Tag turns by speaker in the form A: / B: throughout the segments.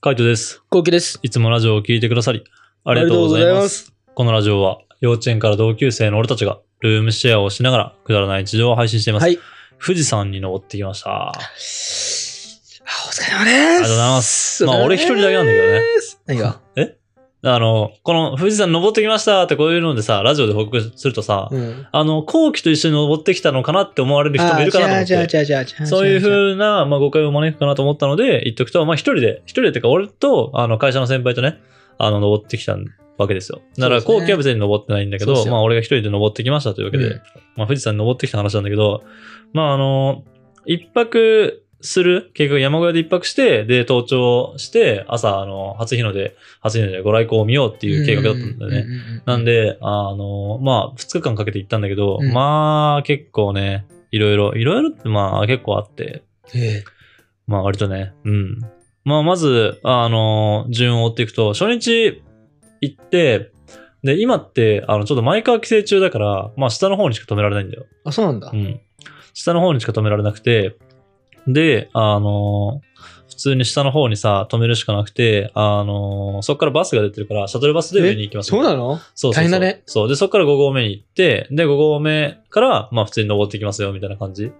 A: カイトです。
B: こうきです。
A: いつもラジオを聞いてくださり、あ
B: あ
A: りがとうございます。
B: す。
A: このラジオは、幼稚園から同級生の俺たちが、ルームシェアをしながら、くだらない日常を配信しています。
B: はい。
A: 富士山に登ってきました。
B: あお疲れ様で
A: り
B: す。あ
A: がとうございますまあ俺一人だけなんだけどね。
B: 何 が
A: あの、この富士山登ってきましたってこういうのでさ、ラジオで報告するとさ、
B: うん。
A: あの、後期と一緒に登ってきたのかなって思われる人もいるかなと思っ
B: じゃあ
A: て。
B: じゃあじゃあじゃあじゃあ。
A: そういう
B: う
A: 風な、まあ、誤解を招くかなと思ったので、言っとくと、まあ、一人で、一人でっていうか、俺と、あの、会社の先輩とね、あの、登ってきたわけですよ。だから、
B: そうですね
A: 後期は別に登ってないんだけ
B: そうで
A: ど、
B: すよ
A: まあ、俺が一人で登ってきましたというわけで、
B: うん
A: まあ、富士山に登ってきた話なんだけど、まあ、あの、一泊する、結局山小屋で一泊して、で、登頂して、朝、あの、初日の出、初日の出でご来光を見ようっていう計画だったんだよね。
B: ううう
A: なん、で、あの、まあ、2日間かけて行ったんだけど、
B: うん
A: まあ、結構ね、いろいろ、いろいろって、まあ、結構あって、
B: え
A: まあ、割とね、うん。まあ、まず、あの、順を追っていくと、初日行って、で、今って、あの、ちょっとマイカー規制中だから、まあ、下の方にしか止められないんだよ。
B: あ、そうなんだ
A: う。ん。下の方にしか止められなくて、で、あの、普通に下の方にさ、止めるしかなくて、あの、そこからバスが出てるから、シャトルバスで上に行きます
B: そうなの
A: そうそうそう
B: 大変だね
A: そう。で、そこから5合目に行って、で、5合目から、まあ普通に登ってきますよ、みたいな感じ。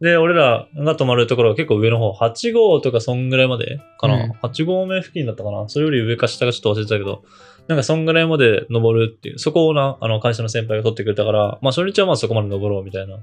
A: で、俺らが泊まるところは結構上の方、8号とかそんぐらいまでかな。
B: うん
A: 8合目付近だったかな。それより上か下かちょっと忘れてたけど、なんかそんぐらいまで登るっていう、そこをな、あの会社の先輩が取ってくれたから、まあ初日はまあそこまで登ろうみたいな。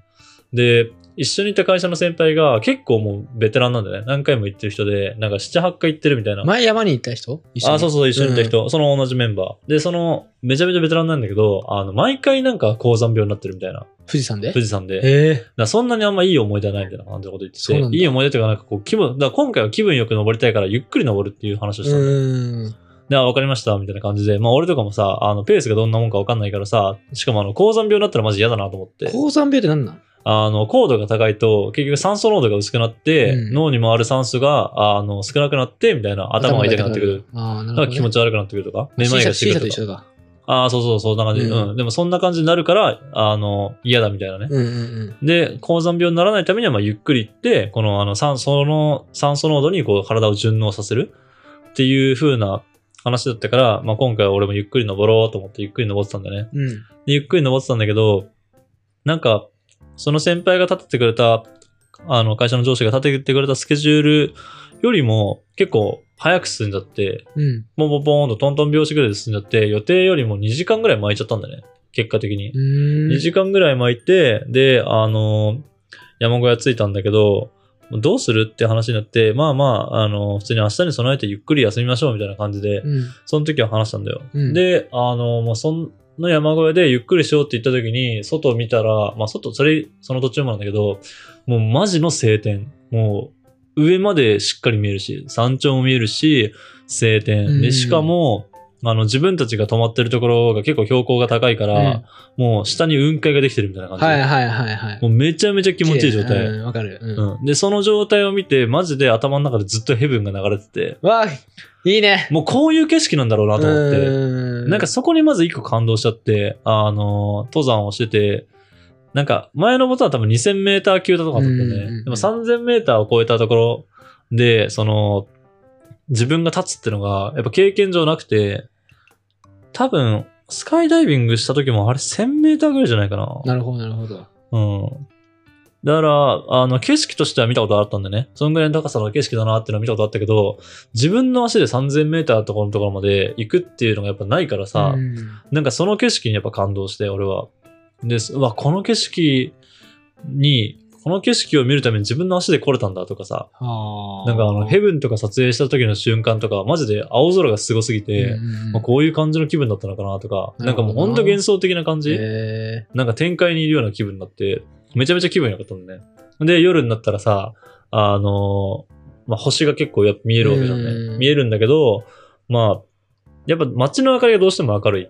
A: で、一緒に行った会社の先輩が結構もうベテランなんだよね。何回も行ってる人で、なんか7、8回行ってるみたいな。
B: 前山に行った人一緒に
A: あ、そうそう、一緒にいた人、その同じメンバー。で、その、めちゃめちゃベテランなんだけど、あの、毎回なんか高山病になってるみたいな、
B: 富士山で
A: 富士山で。だか
B: ええ。
A: らそんなにあんまいい思い出はないみたいな感じのこと言
B: そうな
A: っ
B: ん
A: てて、
B: だ
A: いい思い出というか、なんかこう、気分、だから今回は気分よく登りたいから、ゆっくり登るっていう話をしたの
B: うーん。
A: で、あ、わかりました、みたいな感じで、まあ俺とかもさ、あの、ペースがどんなもんかわかんないからさ、しかもあの、高山病になったらマジ嫌だなと思って。
B: 高山病って何なん
A: あの、高度が高いと、結局酸素濃度が薄くなって、
B: うん
A: 脳に回る酸素が、あの、少なくなって、みたいな、頭が痛くなってくる。。
B: ああ、
A: だか
B: なる
A: ら
B: ほどね。
A: 気持ち悪くなってくるとか、めまいがして
B: C
A: く
B: 社
A: る
B: と
A: とか
B: 一。緒だ。
A: ああ、そうそう、そんな感じで、
B: うん
A: うん。でもそんな感じになるから、あの、嫌だみたいなね。
B: うんうん
A: で、高山病にならないためには、まあ、ゆっくり行って、この、あの、酸素の、酸素濃度に、こう、体を順応させるっていう風な話だったから、まあ、今回は俺もゆっくり登ろうと思って、ゆっくり登ってたんだね。
B: うん。うん。
A: で、ゆっくり登ってたんだけど、なんか、その先輩が立ててくれた、あの、会社の上司が立ててくれたスケジュールよりも、結構、早く進んじゃって、
B: うん。
A: ポンポンポンとトントン拍子ぐらいで進んじゃって、予定よりも2時間ぐらい巻いちゃったんだね。結果的に。
B: うー
A: 2
B: ん。
A: 時間ぐらい巻いて、で、あのー山小屋着いたんだけど、どうするって話になって、まあまあ、あのー普通に明日に備えてゆっくり休みましょうみたいな感じで、
B: うん。
A: その時は話したんだよ。
B: うん
A: で、あのーまあ、その山小屋でゆっくりしようって言った時に、外を見たら、まあ、外、それ、その途中もなんだけど、もうマジの晴天。もう、上までしっかり見えるし、山頂も見えるし、晴天。
B: う
A: で、
B: ん
A: しかも、あの、自分たちが泊まってるところが結構標高が高いから、もう下に雲海ができてるみたいな感じ。
B: はいはいはいはい。
A: もうめちゃめちゃ気持ちいい状態。
B: うんわかる。うん
A: うん、で、その状態を見て、マジで頭の中でずっとヘブンが流れてて、
B: わあ、いいね。
A: もうこういう景色なんだろうなと思って。
B: う
A: なんか、そこにまず一個感動しちゃって、あの、登山をしてて、なんか前のことは多分2000メーター級だとかだったんだよね。
B: うんうんうん
A: でも3000メーターを超えたところで、その、自分が立つってのが、やっぱ経験上なくて、多分、スカイダイビングした時もあれ1000メーターぐらいじゃないかな。
B: なるほど、なるほど。
A: うん。だから、あの、景色としては見たことあったんだね。そんぐらいの高さの景色だなっていうのは見たことあったけど、自分の足で3000メーターのところのところまで行くっていうのがやっぱないからさ、
B: うん
A: なんかその景色にやっぱ感動して、俺は。で、すうわ、この景色に、この景色を見るために自分の足で来れたんだとかさ、
B: あー
A: なんかあの、ヘブンとか撮影した時の瞬間とか、マジで青空がすごすぎて、
B: うんうんうん
A: まあ、こういう感じの気分だったのかなとか、なんかもうほんと幻想的な感じ、
B: へ
A: なんか展開にいるような気分になって、めちゃめちゃ気分良かったんだね。で、夜になったらさ、あのーまあ、星が結構やっぱ見えるわけじゃん
B: う
A: ね。
B: ん
A: 見えるんだけど、まあ、やっぱ街の明かりがどうしても明るい。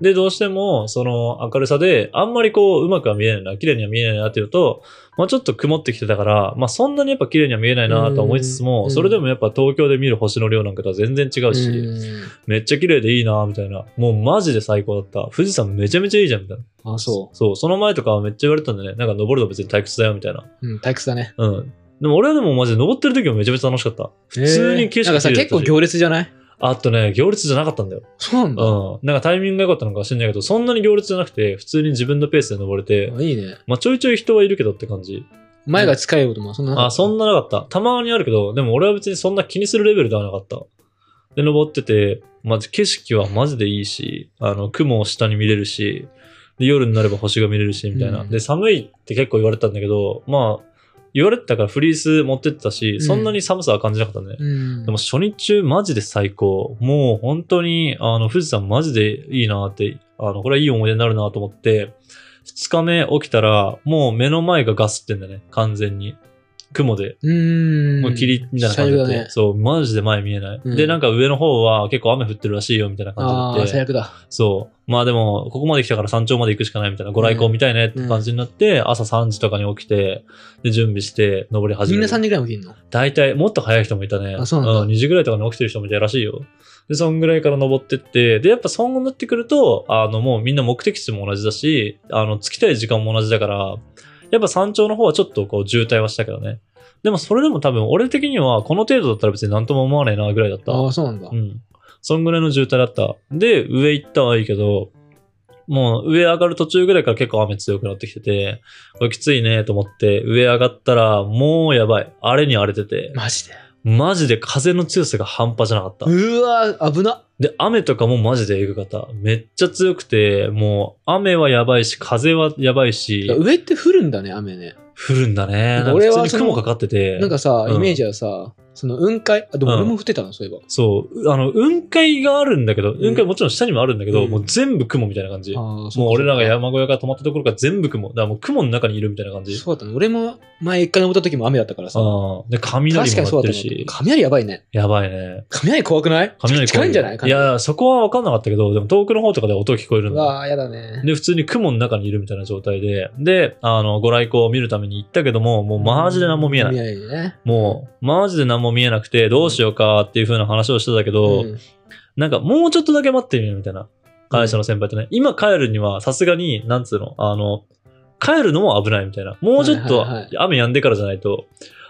A: で、どうしても、その明るさで、あんまりこう、うまくは見えないな、綺麗には見えないなっていうのと、まあちょっと曇ってきてたから、まあそんなにやっぱ綺麗には見えないなとは思いつつ
B: う
A: も、
B: ん
A: それでもやっぱ東京で見る星の量なんかとは全然違
B: ー
A: うし、めっちゃ綺麗でいいなみたいな、もうマジで最高だった。富士山めちゃめちゃいいじゃんみたいな。
B: うんあ、そ
A: そう、その前とかはめっちゃ言われてたんだね。なんか登るの別に退屈だよみたいな。
B: う。うん、退屈だね。
A: うん。でも俺はでもマジで登ってる時もめちゃめちゃ楽しかった。
B: 普
A: 通に景色
B: なんかさ、
A: 綺麗だったし
B: 結構行列じゃない
A: あとね、行列じゃなかったんだよ。
B: そうなんだ。
A: うん。なんかタイミングが良かったのか知んないけど、そんなに行列じゃなくて、普通に自分のペースで登れて、
B: あいいね。
A: まあちょいちょい人はいるけどって感じ。
B: 前が近いこともそんななか
A: あ、
B: った
A: そんななかった。たまにあるけど、でも俺は別にそんな気にするレベルではなかった。で、登ってて、まず景色はマジでいいし、あの、雲を下に見れるし、で、夜になれば星が見れるし、みたいな。
B: うん
A: で、寒いって結構言われたんだけど、まあ、言われてたからフリース持ってってたし、そんなに寒さは感じなかったね。
B: うん。
A: でも初日中マジで最高。もう本当に、あの、富士山マジでいいなって、あの、これはいい思い出になるなと思って、二日目起きたら、もう目の前がガスってんだね、完全に。雲で。
B: うん。
A: もう霧みたいな感じ
B: 最
A: で、
B: 悪だね。
A: そう、マジで前見えない、
B: うん
A: で、なんか上の方は結構雨降ってるらしいよみたいな感
B: あ
A: じ
B: あ、
A: で
B: 最悪だ。
A: そう。まあでも、ここまで来たから山頂まで行くしかないみたいな、ご来光見たいねって感じになって、朝3時とかに起きて、で、準備して、登り始
B: み
A: め
B: ん
A: る。
B: な3時ぐらいも起きんの
A: 大体、もっと早い人もいたね。
B: あそうなんだ
A: 2時ぐらいとかに起きてる人もいたらしいよ。で、そんぐらいから登ってって、で、やっぱそんぐらいになってくると、あの、もうみんな目的地も同じだし、あの、着きたい時間も同じだから、やっぱ山頂の方はちょっとこう渋滞はしたけどね。でもそれでも多分、俺的にはこの程度だったら別になんとも思わねえな、ぐらいだった。
B: ああ、そうなんだ
A: う。ん。そんぐらいの渋滞だった。で、上行ったはいいけど、もう上上がる途中ぐらいから結構雨強くなってきてて、これきついねと思って、上上がったらもうやばい。荒れに荒れてて、
B: マジで。
A: マジで風の強さが半端じゃなかった。
B: うわー、危な。
A: で、雨とかもマジでえぐかった。めっちゃ強くて、もう雨はやばいし、風はやばいし、
B: 上って降るんだね、雨ね。
A: 降るんだね。
B: なんか
A: なん
B: 俺
A: か
B: は
A: 普通に
B: その
A: 雲かかってて。
B: なんかさ、
A: うん
B: イメージはさ、その雲海、あ、でも俺も降ってたの、そういえば。
A: そう、あの、雲海があるんだけど、雲海もちろん下にもあるんだけど、
B: うん
A: もう全部雲みたいな感じ。
B: ああ、そう
A: もう俺らが
B: や
A: 山小屋から泊まったところから全部雲。だからもう雲の中にいるみたいな感じ。
B: そうだったの。俺も前一回登った時も雨だったからさ。
A: ああ。で、雷
B: 確かに
A: も
B: そ
A: 鳴ってる
B: うだったの
A: し。。
B: 雷やばいね。
A: やばいね。
B: 雷怖くない
A: 雷
B: 近いんじゃない
A: いや、そこは分かんなかったけど、でも遠くの方とかで音聞こえる
B: うん
A: だ。
B: わあ、やだね。
A: で、普通に雲の中にいるみたいな状態で、で、あの、ご来光を見るために行ったけども、もうマジで何も見えない。
B: 見えないね。
A: もう、マジで何も見えなくて、どうしようかっていう風な話をしてたけど、
B: うん
A: なんかもうちょっとだけ待ってみるみたいな。会社の先輩とね、今帰るにはさすがに、なんつうの、あの、帰るのも危ないみたいな。もうちょっと
B: はいはいはい
A: 雨止んでからじゃないと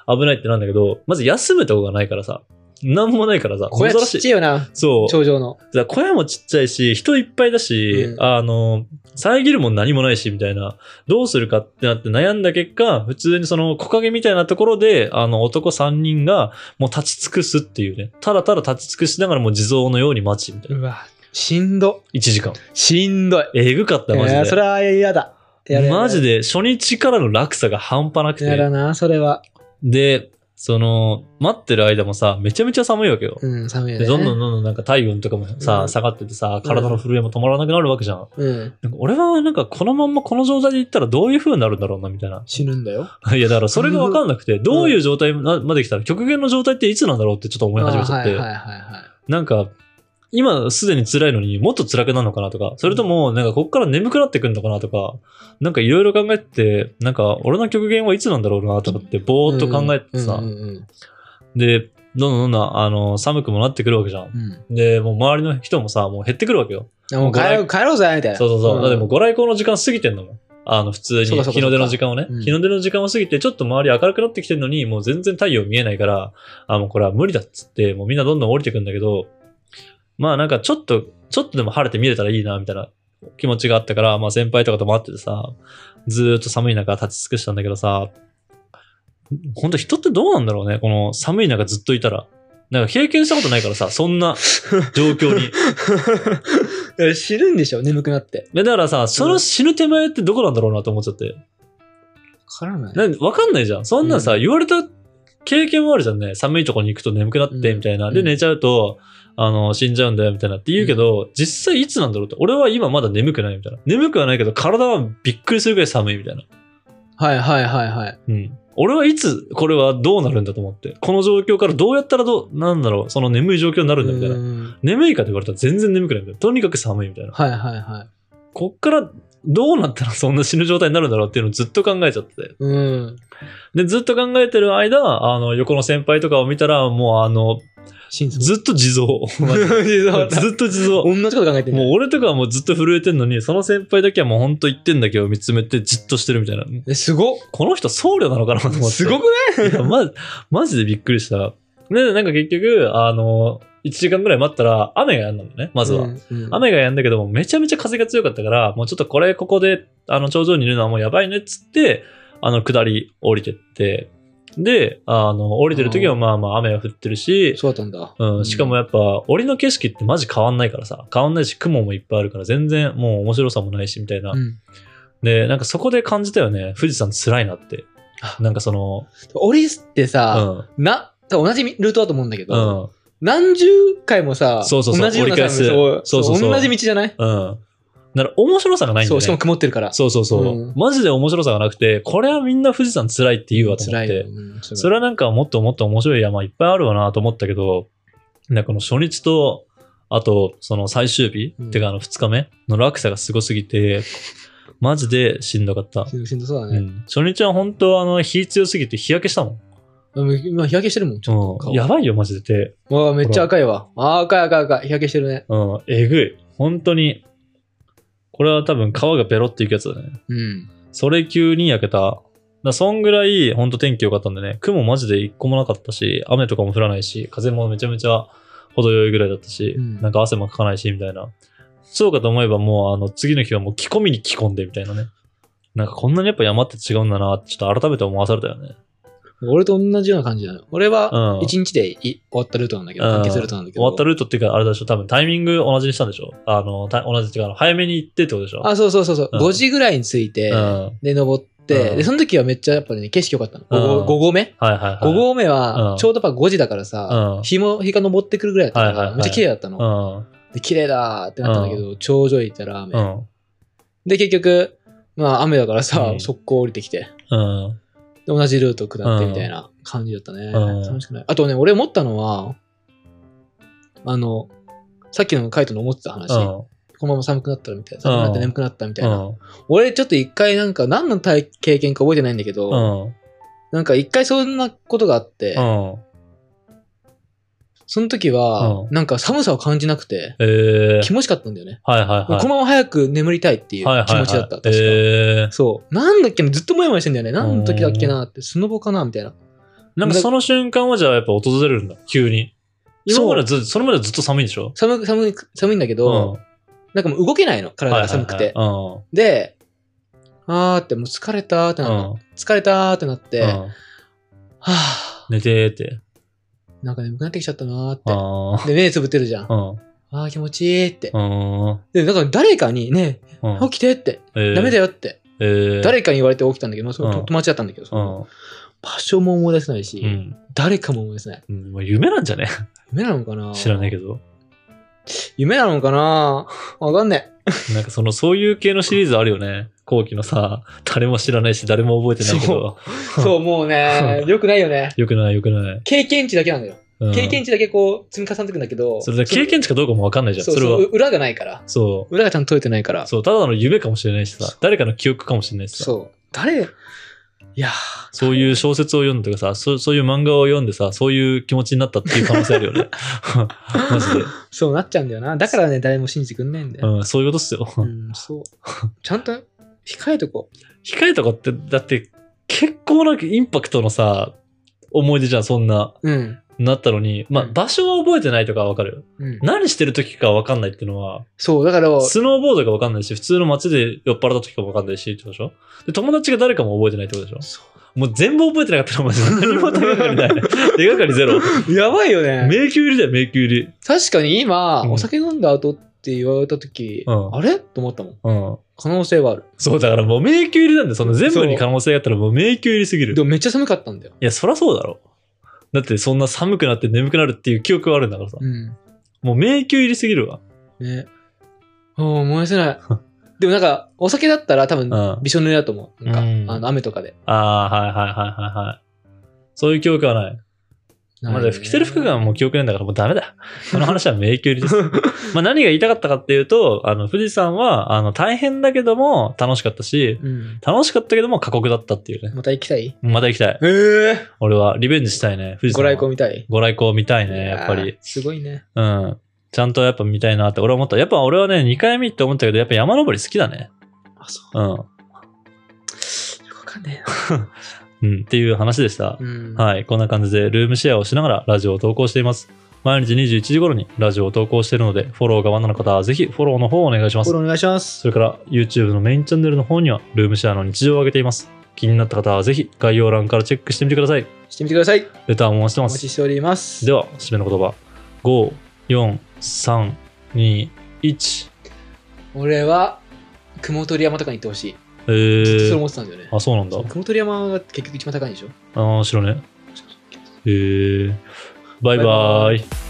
A: 危ないってなんだけど、まず休むとこがないからさ、なんもないからさ、
B: 小屋
A: 珍
B: ちっちゃいよな。
A: そう。
B: 頂上の。
A: だから小屋もちっちゃいし、人いっぱいだし、
B: うん
A: あの、遮るもん何もないし、みたいな。どうするかってなって悩んだ結果、普通にその木陰みたいなところで、あの、男3人がもう立ち尽くすっていうね。ただただ立ち尽くしながらもう地蔵のように待ち、みたいな。
B: うわしんど。
A: 1時間。
B: しんどい。
A: えぐかった、マジ
B: いやそ
A: で。
B: れは嫌だ。やだやだ
A: マジで初日からの落差が半端なく
B: やだ
A: て。
B: な、それは。
A: で、その、待ってる間もさ、めちゃめちゃ寒いわけよ。
B: うん、寒いよ
A: で
B: ね。
A: どんどんどんどんなんか体温とかもさ、
B: うん
A: 下がっててさ、体の震えも止まらなくなるわけじゃん。
B: うん。
A: なんか俺はなんかこのまんまこの状態でいったらどういう風になるんだろうなみたいな。
B: 死ぬんだよ。
A: いやだからそれが分かんなくて、どういう状態なまで来たら極限の状態っていつなんだろうってちょっと思い始めちゃって、
B: あーはいはいはいはい。
A: なんか今すでに辛いのにもっと辛くなるのかなとか、それともなんかこっから眠くなってくんのかなとか、なんかいろいろ考えてて、なんか俺の極限はいつなんだろうなとかってぼーっと考えてさ
B: うん、うん
A: で、どんどんどんどんあの寒くもなってくるわけじゃん。
B: うんうん
A: で、もう周りの人もさ、もう減ってくるわけよ。
B: あもう帰ろう帰ろうぜみたいな。
A: そうそうそう。
B: ん
A: だってもうご来光の時間過ぎてんのもん。あの、普通に
B: そうかそうか
A: 日の出の時間をね
B: う。ん
A: 日の出の時間を過ぎて、ちょっと周り明るくなってきてるのに、もう全然太陽見えないから、あ、もうこれは無理だっつって、もうみんなどんどん降りてくんだけど、まあなんかちょっと、ちょっとでも晴れて見れたらいいな、みたいな気持ちがあったから、まあ先輩とかと待っててさ、ずーっと寒い中立ち尽くしたんだけどさ、本当人ってどうなんだろうね、この寒い中ずっといたら。なんか経験したことないからさ、そんな状況に。
B: いや死ぬんでしょ、眠くなって。
A: いやだからさ、その死ぬ手前ってどこなんだろうなと思っちゃって。
B: からない。
A: なんわかんないじゃん。そんなんさ、
B: うん
A: 言われた経験もあるじゃんね。寒いとこに行くと眠くなって、
B: うん
A: みたいな。で、
B: うん
A: 寝ちゃうと、あの、死んじゃうんだよ、みたいなって言うけど、実際いつなんだろうって。俺は今まだ眠くない、みたいな。眠くはないけど、体はびっくりするぐらい寒い、みたいな。
B: はいはいはいはい。
A: うん。俺はいつ、これはどうなるんだと思って。この状況からどうやったらどう、なんだろう、その眠い状況になるんだ、みたいな。
B: うん
A: 眠いかって言われたら全然眠くないみたいな。とにかく寒いみたいな。
B: はいはいはい。
A: こっからどうなったらそんな死ぬ状態になるんだろうっていうのをずっと考えちゃってて。
B: うん。
A: で、ずっと考えてる間、あの、横の先輩とかを見たら、もうあの、
B: 心臓。
A: ずっと地蔵。マジ
B: っ
A: でずっと地蔵。
B: 同じこと考えてる。
A: もう俺とかはもうずっと震えてんのに、その先輩だけはもうほんと一点だけを見つめてじっとしてるみたいな。
B: え、すごっ
A: この人僧侶なのかなと思って。
B: すごく
A: い
B: な
A: いや、ま、マジでびっくりした。で、なんか結局、あの、1時間ぐらい待ったら、雨がやんだもんね、まずは。
B: うんうん
A: 雨が止んだけども、めちゃめちゃ風が強かったから、もうちょっとこれ、ここで、あの、頂上にいるのはもうやばいねっつって、あの、下り降りてって、で、あの、降りてる時はまあまあ雨が降ってるし、
B: そうだったんだ。
A: うん、しかもやっぱ、降りの景色ってマジ変わんないからさ、変わんないし、雲もいっぱいあるから、全然もう面白さもないし、みたいな
B: う。ん、
A: で、なんかそこで感じたよね、富士山辛いなって。なんかその、
B: 降りって
A: う
B: さ、
A: ん、
B: な、多分同じルートだと思うんだけ
A: う
B: ど、
A: ん、
B: 何十回もさ、
A: そうそうそう
B: 同じようなさ
A: 折り返す
B: そ
A: そ
B: う
A: うそうそう
B: 同じ道じゃない
A: うん。だから面白さがないんだ
B: そ
A: よ
B: う、
A: ね
B: しかも。曇ってるから。
A: そうそうそう、
B: うん
A: マジで面白さがなくて、これはみんな富士山辛いって言うわと思
B: 辛
A: っ
B: いよ
A: て。。
B: うん
A: それはなんかもっともっと面白い山いっぱいあるわなと思ったけど、なんかこの初日と、あとその最終日、
B: うん
A: てかあの2日目の落差がすごすぎて、マジでしんどかった。
B: しんどしんどそうだ
A: う
B: ね。
A: ん、初日は本当あの日強すぎて日焼けしたもん。
B: うん今日焼けしてるもん、ちょっと
A: う
B: 顔。
A: ん、やばいよマジで手。
B: わあめっちゃ赤いわ。あー赤い赤い赤い。日焼けしてるね。
A: うん、えぐい。本当に。これは多分皮がペロっていくやつだね。
B: うん。
A: それ急に焼けた。だからそんぐらい、ほんと天気良かったんでね、雲マジで一個もなかったし、雨とかも降らないし、風もめちゃめちゃ程よいぐらいだったし、
B: うん
A: なんか汗もかかないし、みたいな。そうかと思えばもう、あの、次の日はもう着込みに着込んで、みたいなね。なんかこんなにやっぱ山って違うんだな、ちょっと改めて思わされたよね。
B: 俺と同じような感じだね。俺は
A: うん
B: 一日でい終わったルートなんだけど、
A: うん
B: 完結ルートなんだけ
A: 終
B: ど。
A: わったルートっていうか、あれでしょ、多分タイミング同じにしたんでしょあの、た同じっていうかあの、早めに行ってってことでしょ
B: あ、そうそうそうそう。
A: うん
B: 5時ぐらいに着いて、
A: うん。
B: で、登っ
A: う
B: て、
A: ん
B: で、その時はめっちゃやっぱね、景色良かったの。
A: うん
B: 5合目
A: はいはいはい。
B: ?5 合目
A: う
B: は
A: ん、
B: ちょうどやっぱ5時だからさ
A: うん、
B: 日も、日が昇ってくるぐらいだった
A: はい
B: か
A: はい
B: ら、
A: はい
B: めっちゃ綺麗だった
A: う
B: の。
A: ん。
B: で、綺麗だーってなったんだけど、頂上行ったら
A: う
B: 雨。
A: ん。
B: で、結局、まあ雨だからさ
A: う、ん
B: 速攻降りてきて、
A: うん。
B: で同じルート下ってみたいな感じだったね。
A: うん
B: 楽しくない。あとね、俺思ったのは、あの、さっきのカイトの思ってた話、こ
A: う
B: のまま寒くなったらみたいな、寒くなっ
A: う
B: て
A: ん
B: 眠くなったみたいな。
A: ん。
B: 俺ちょっと一回なんか何の体経験か覚えてないんだけど、
A: うん。
B: なんか一回そんなことがあって、
A: うん。
B: その時は
A: う、
B: なんか寒さを感じなくて、
A: ええ
B: 気持ちかったんだよね。
A: はいはいはい。
B: このまま早く眠りたいっていう
A: はいはい
B: 気
A: はい
B: 持ちだった。確か、
A: ええ
B: そう。なんだっけなずっとモヤモヤしてんだよね。何の時だっけなって、スノボかなみたいな。
A: なんかその瞬間はじゃあやっぱ訪れるんだ、急に。今までず、それまでずっと寒いんでしょ
B: 寒く、寒い、寒いんだけど、なんかもう動けないの。体が寒くて。
A: うん。
B: で、あーって、もう疲れたーって
A: う
B: なった、
A: ん。
B: 疲れたーってなって、は
A: うん。
B: ぁ、
A: 寝てーって。
B: なんか眠くなってきちゃったなーって。
A: ああ。
B: で、目つぶってるじゃん。
A: うん。
B: あー気持ちいいって。
A: うん。うん。
B: で、なんか誰かにね、起きてって、ダメだ
A: よ。
B: よって、
A: ええ
B: 誰かに言われて起きたんだけど、まあその
A: うん
B: 友達だったんだけど、その
A: う
B: 場所も思い出せないし、
A: ん。
B: 誰かも思い出せない。
A: うん。夢なんじゃね
B: 夢なのかな
A: 知らないけ
B: ど。
A: ど。
B: 夢なのかなわかんね
A: なんかその、そういう系のシリーズあるよね。後期のさ、誰も知らないし、誰も覚えてないけど。
B: え。そう、もうね、よくないよね。
A: よくないよくない。
B: 経験値だけなんだよ。経験
A: 値
B: 値だけこう、積み重ねていくんだけど、
A: それだ経験値かどうかもわかんないじゃん、
B: そう
A: それ
B: そ
A: は
B: う、。裏がないから。
A: そう。
B: 裏がちゃんと取れてないから。
A: そう、ただの夢かもしれないしさ
B: そう、
A: 誰かの記憶かもしれないしさ、
B: そう。誰いやー
A: そういう小説を読んでとかさ、そうそういう漫画を読んでさ、そういう気持ちになったっていう可能性あるよ ね。マジで、
B: そうなっちゃうんだよな。だからね、誰も信じてくんないんだよ。
A: うん。そういうことっすよ。
B: うん、そう。 ちゃんと控えとこう。
A: 控えとかって、だって結構なんかインパクトのさ、思い出じゃん、そんな、
B: うん。
A: なったのに、まあ、
B: うん
A: 場所は覚えてないとかはわかるよ。
B: うん、
A: 何してる時かわかんないっていうのは、
B: そう、だから、
A: スノーボードがわかんないし、普通の街で酔っ払った時かもわかんないし、ってことでしょで、友達が誰かも覚えてないってことでしょ
B: そ
A: もう全部覚えてなかったら、マジで何も手がかりない。 手がかりゼロ。
B: うやばいよね。
A: 迷宮入りだよ、迷宮入り。
B: 確かに今、
A: うん
B: お酒飲んだ後って言われた時、
A: うん
B: あれと思ったもん。
A: うん。
B: 可能性はある。
A: そう、だからもう迷宮入りなんだよ。その全部に可能性があったらもう迷宮入りすぎる。
B: でもめっちゃ寒かったんだよ。
A: いや、そらそうだろ。だってそんな寒くなって眠くなるっていう記憶はあるんだからさ。
B: うん。
A: もう迷宮入りすぎるわ。
B: ね。ああ、思い出せ ない。でもなんか、お酒だったら多分
A: うん、
B: びしょ濡れだと思う。なんか、
A: うん
B: あの雨とかで。
A: ああー、はいはいはいはいはい。そういう記憶はない。まだ着てる服がもう記憶ないんだからもうダメ だ。この話は迷宮入りです。まあ何が言いたかったかっていうと、あの、富士山は、あの、大変だけども楽しかったし、
B: うん。
A: 楽しかったけども過酷だったっていうね。
B: また行きたい
A: また行きたい。
B: ええ
A: 俺はリベンジしたいね。富士
B: ご
A: 山は。
B: 来光見たい
A: ご来光見たいね、やっぱ
B: い
A: り
B: ー。すごいね。
A: うん。ちゃんとやっぱ見たいなって俺は思った。やっぱ俺はね、2回見って思ったけど、やっぱ山登り好きだね。
B: あ、そ
A: うん。
B: う。よくわかんねえな。
A: うん、っていう話でした。
B: うん。い。
A: はい、こんな感じでルームシェアをしながらラジオを投稿しています。毎日21時頃にラジオを投稿しているので、フォローがまだの方はぜひフォローの方をお願いしま
B: フ
A: す
B: ォ。ローお願いします。
A: それから YouTube のメインチャンネルの方にはルームシェアの日常を上げています。気になった方はぜひ概要欄からチェックしてみてください。
B: してみてください。
A: レターもお待ちして
B: お
A: ま
B: 待ち
A: す。
B: しております。
A: では、締めの言葉。5、4、3、2、1。
B: 俺は、雲取山とかに行ってほしい。
A: え
B: ずっとそれ
A: ー
B: 思っ、てたんだよね。
A: あ、そうなんだ。
B: そう雲取山が結局一番高いんでしょ
A: あー、白ね。えー、バイバ
B: バイ
A: ー
B: バー
A: イ
B: イ。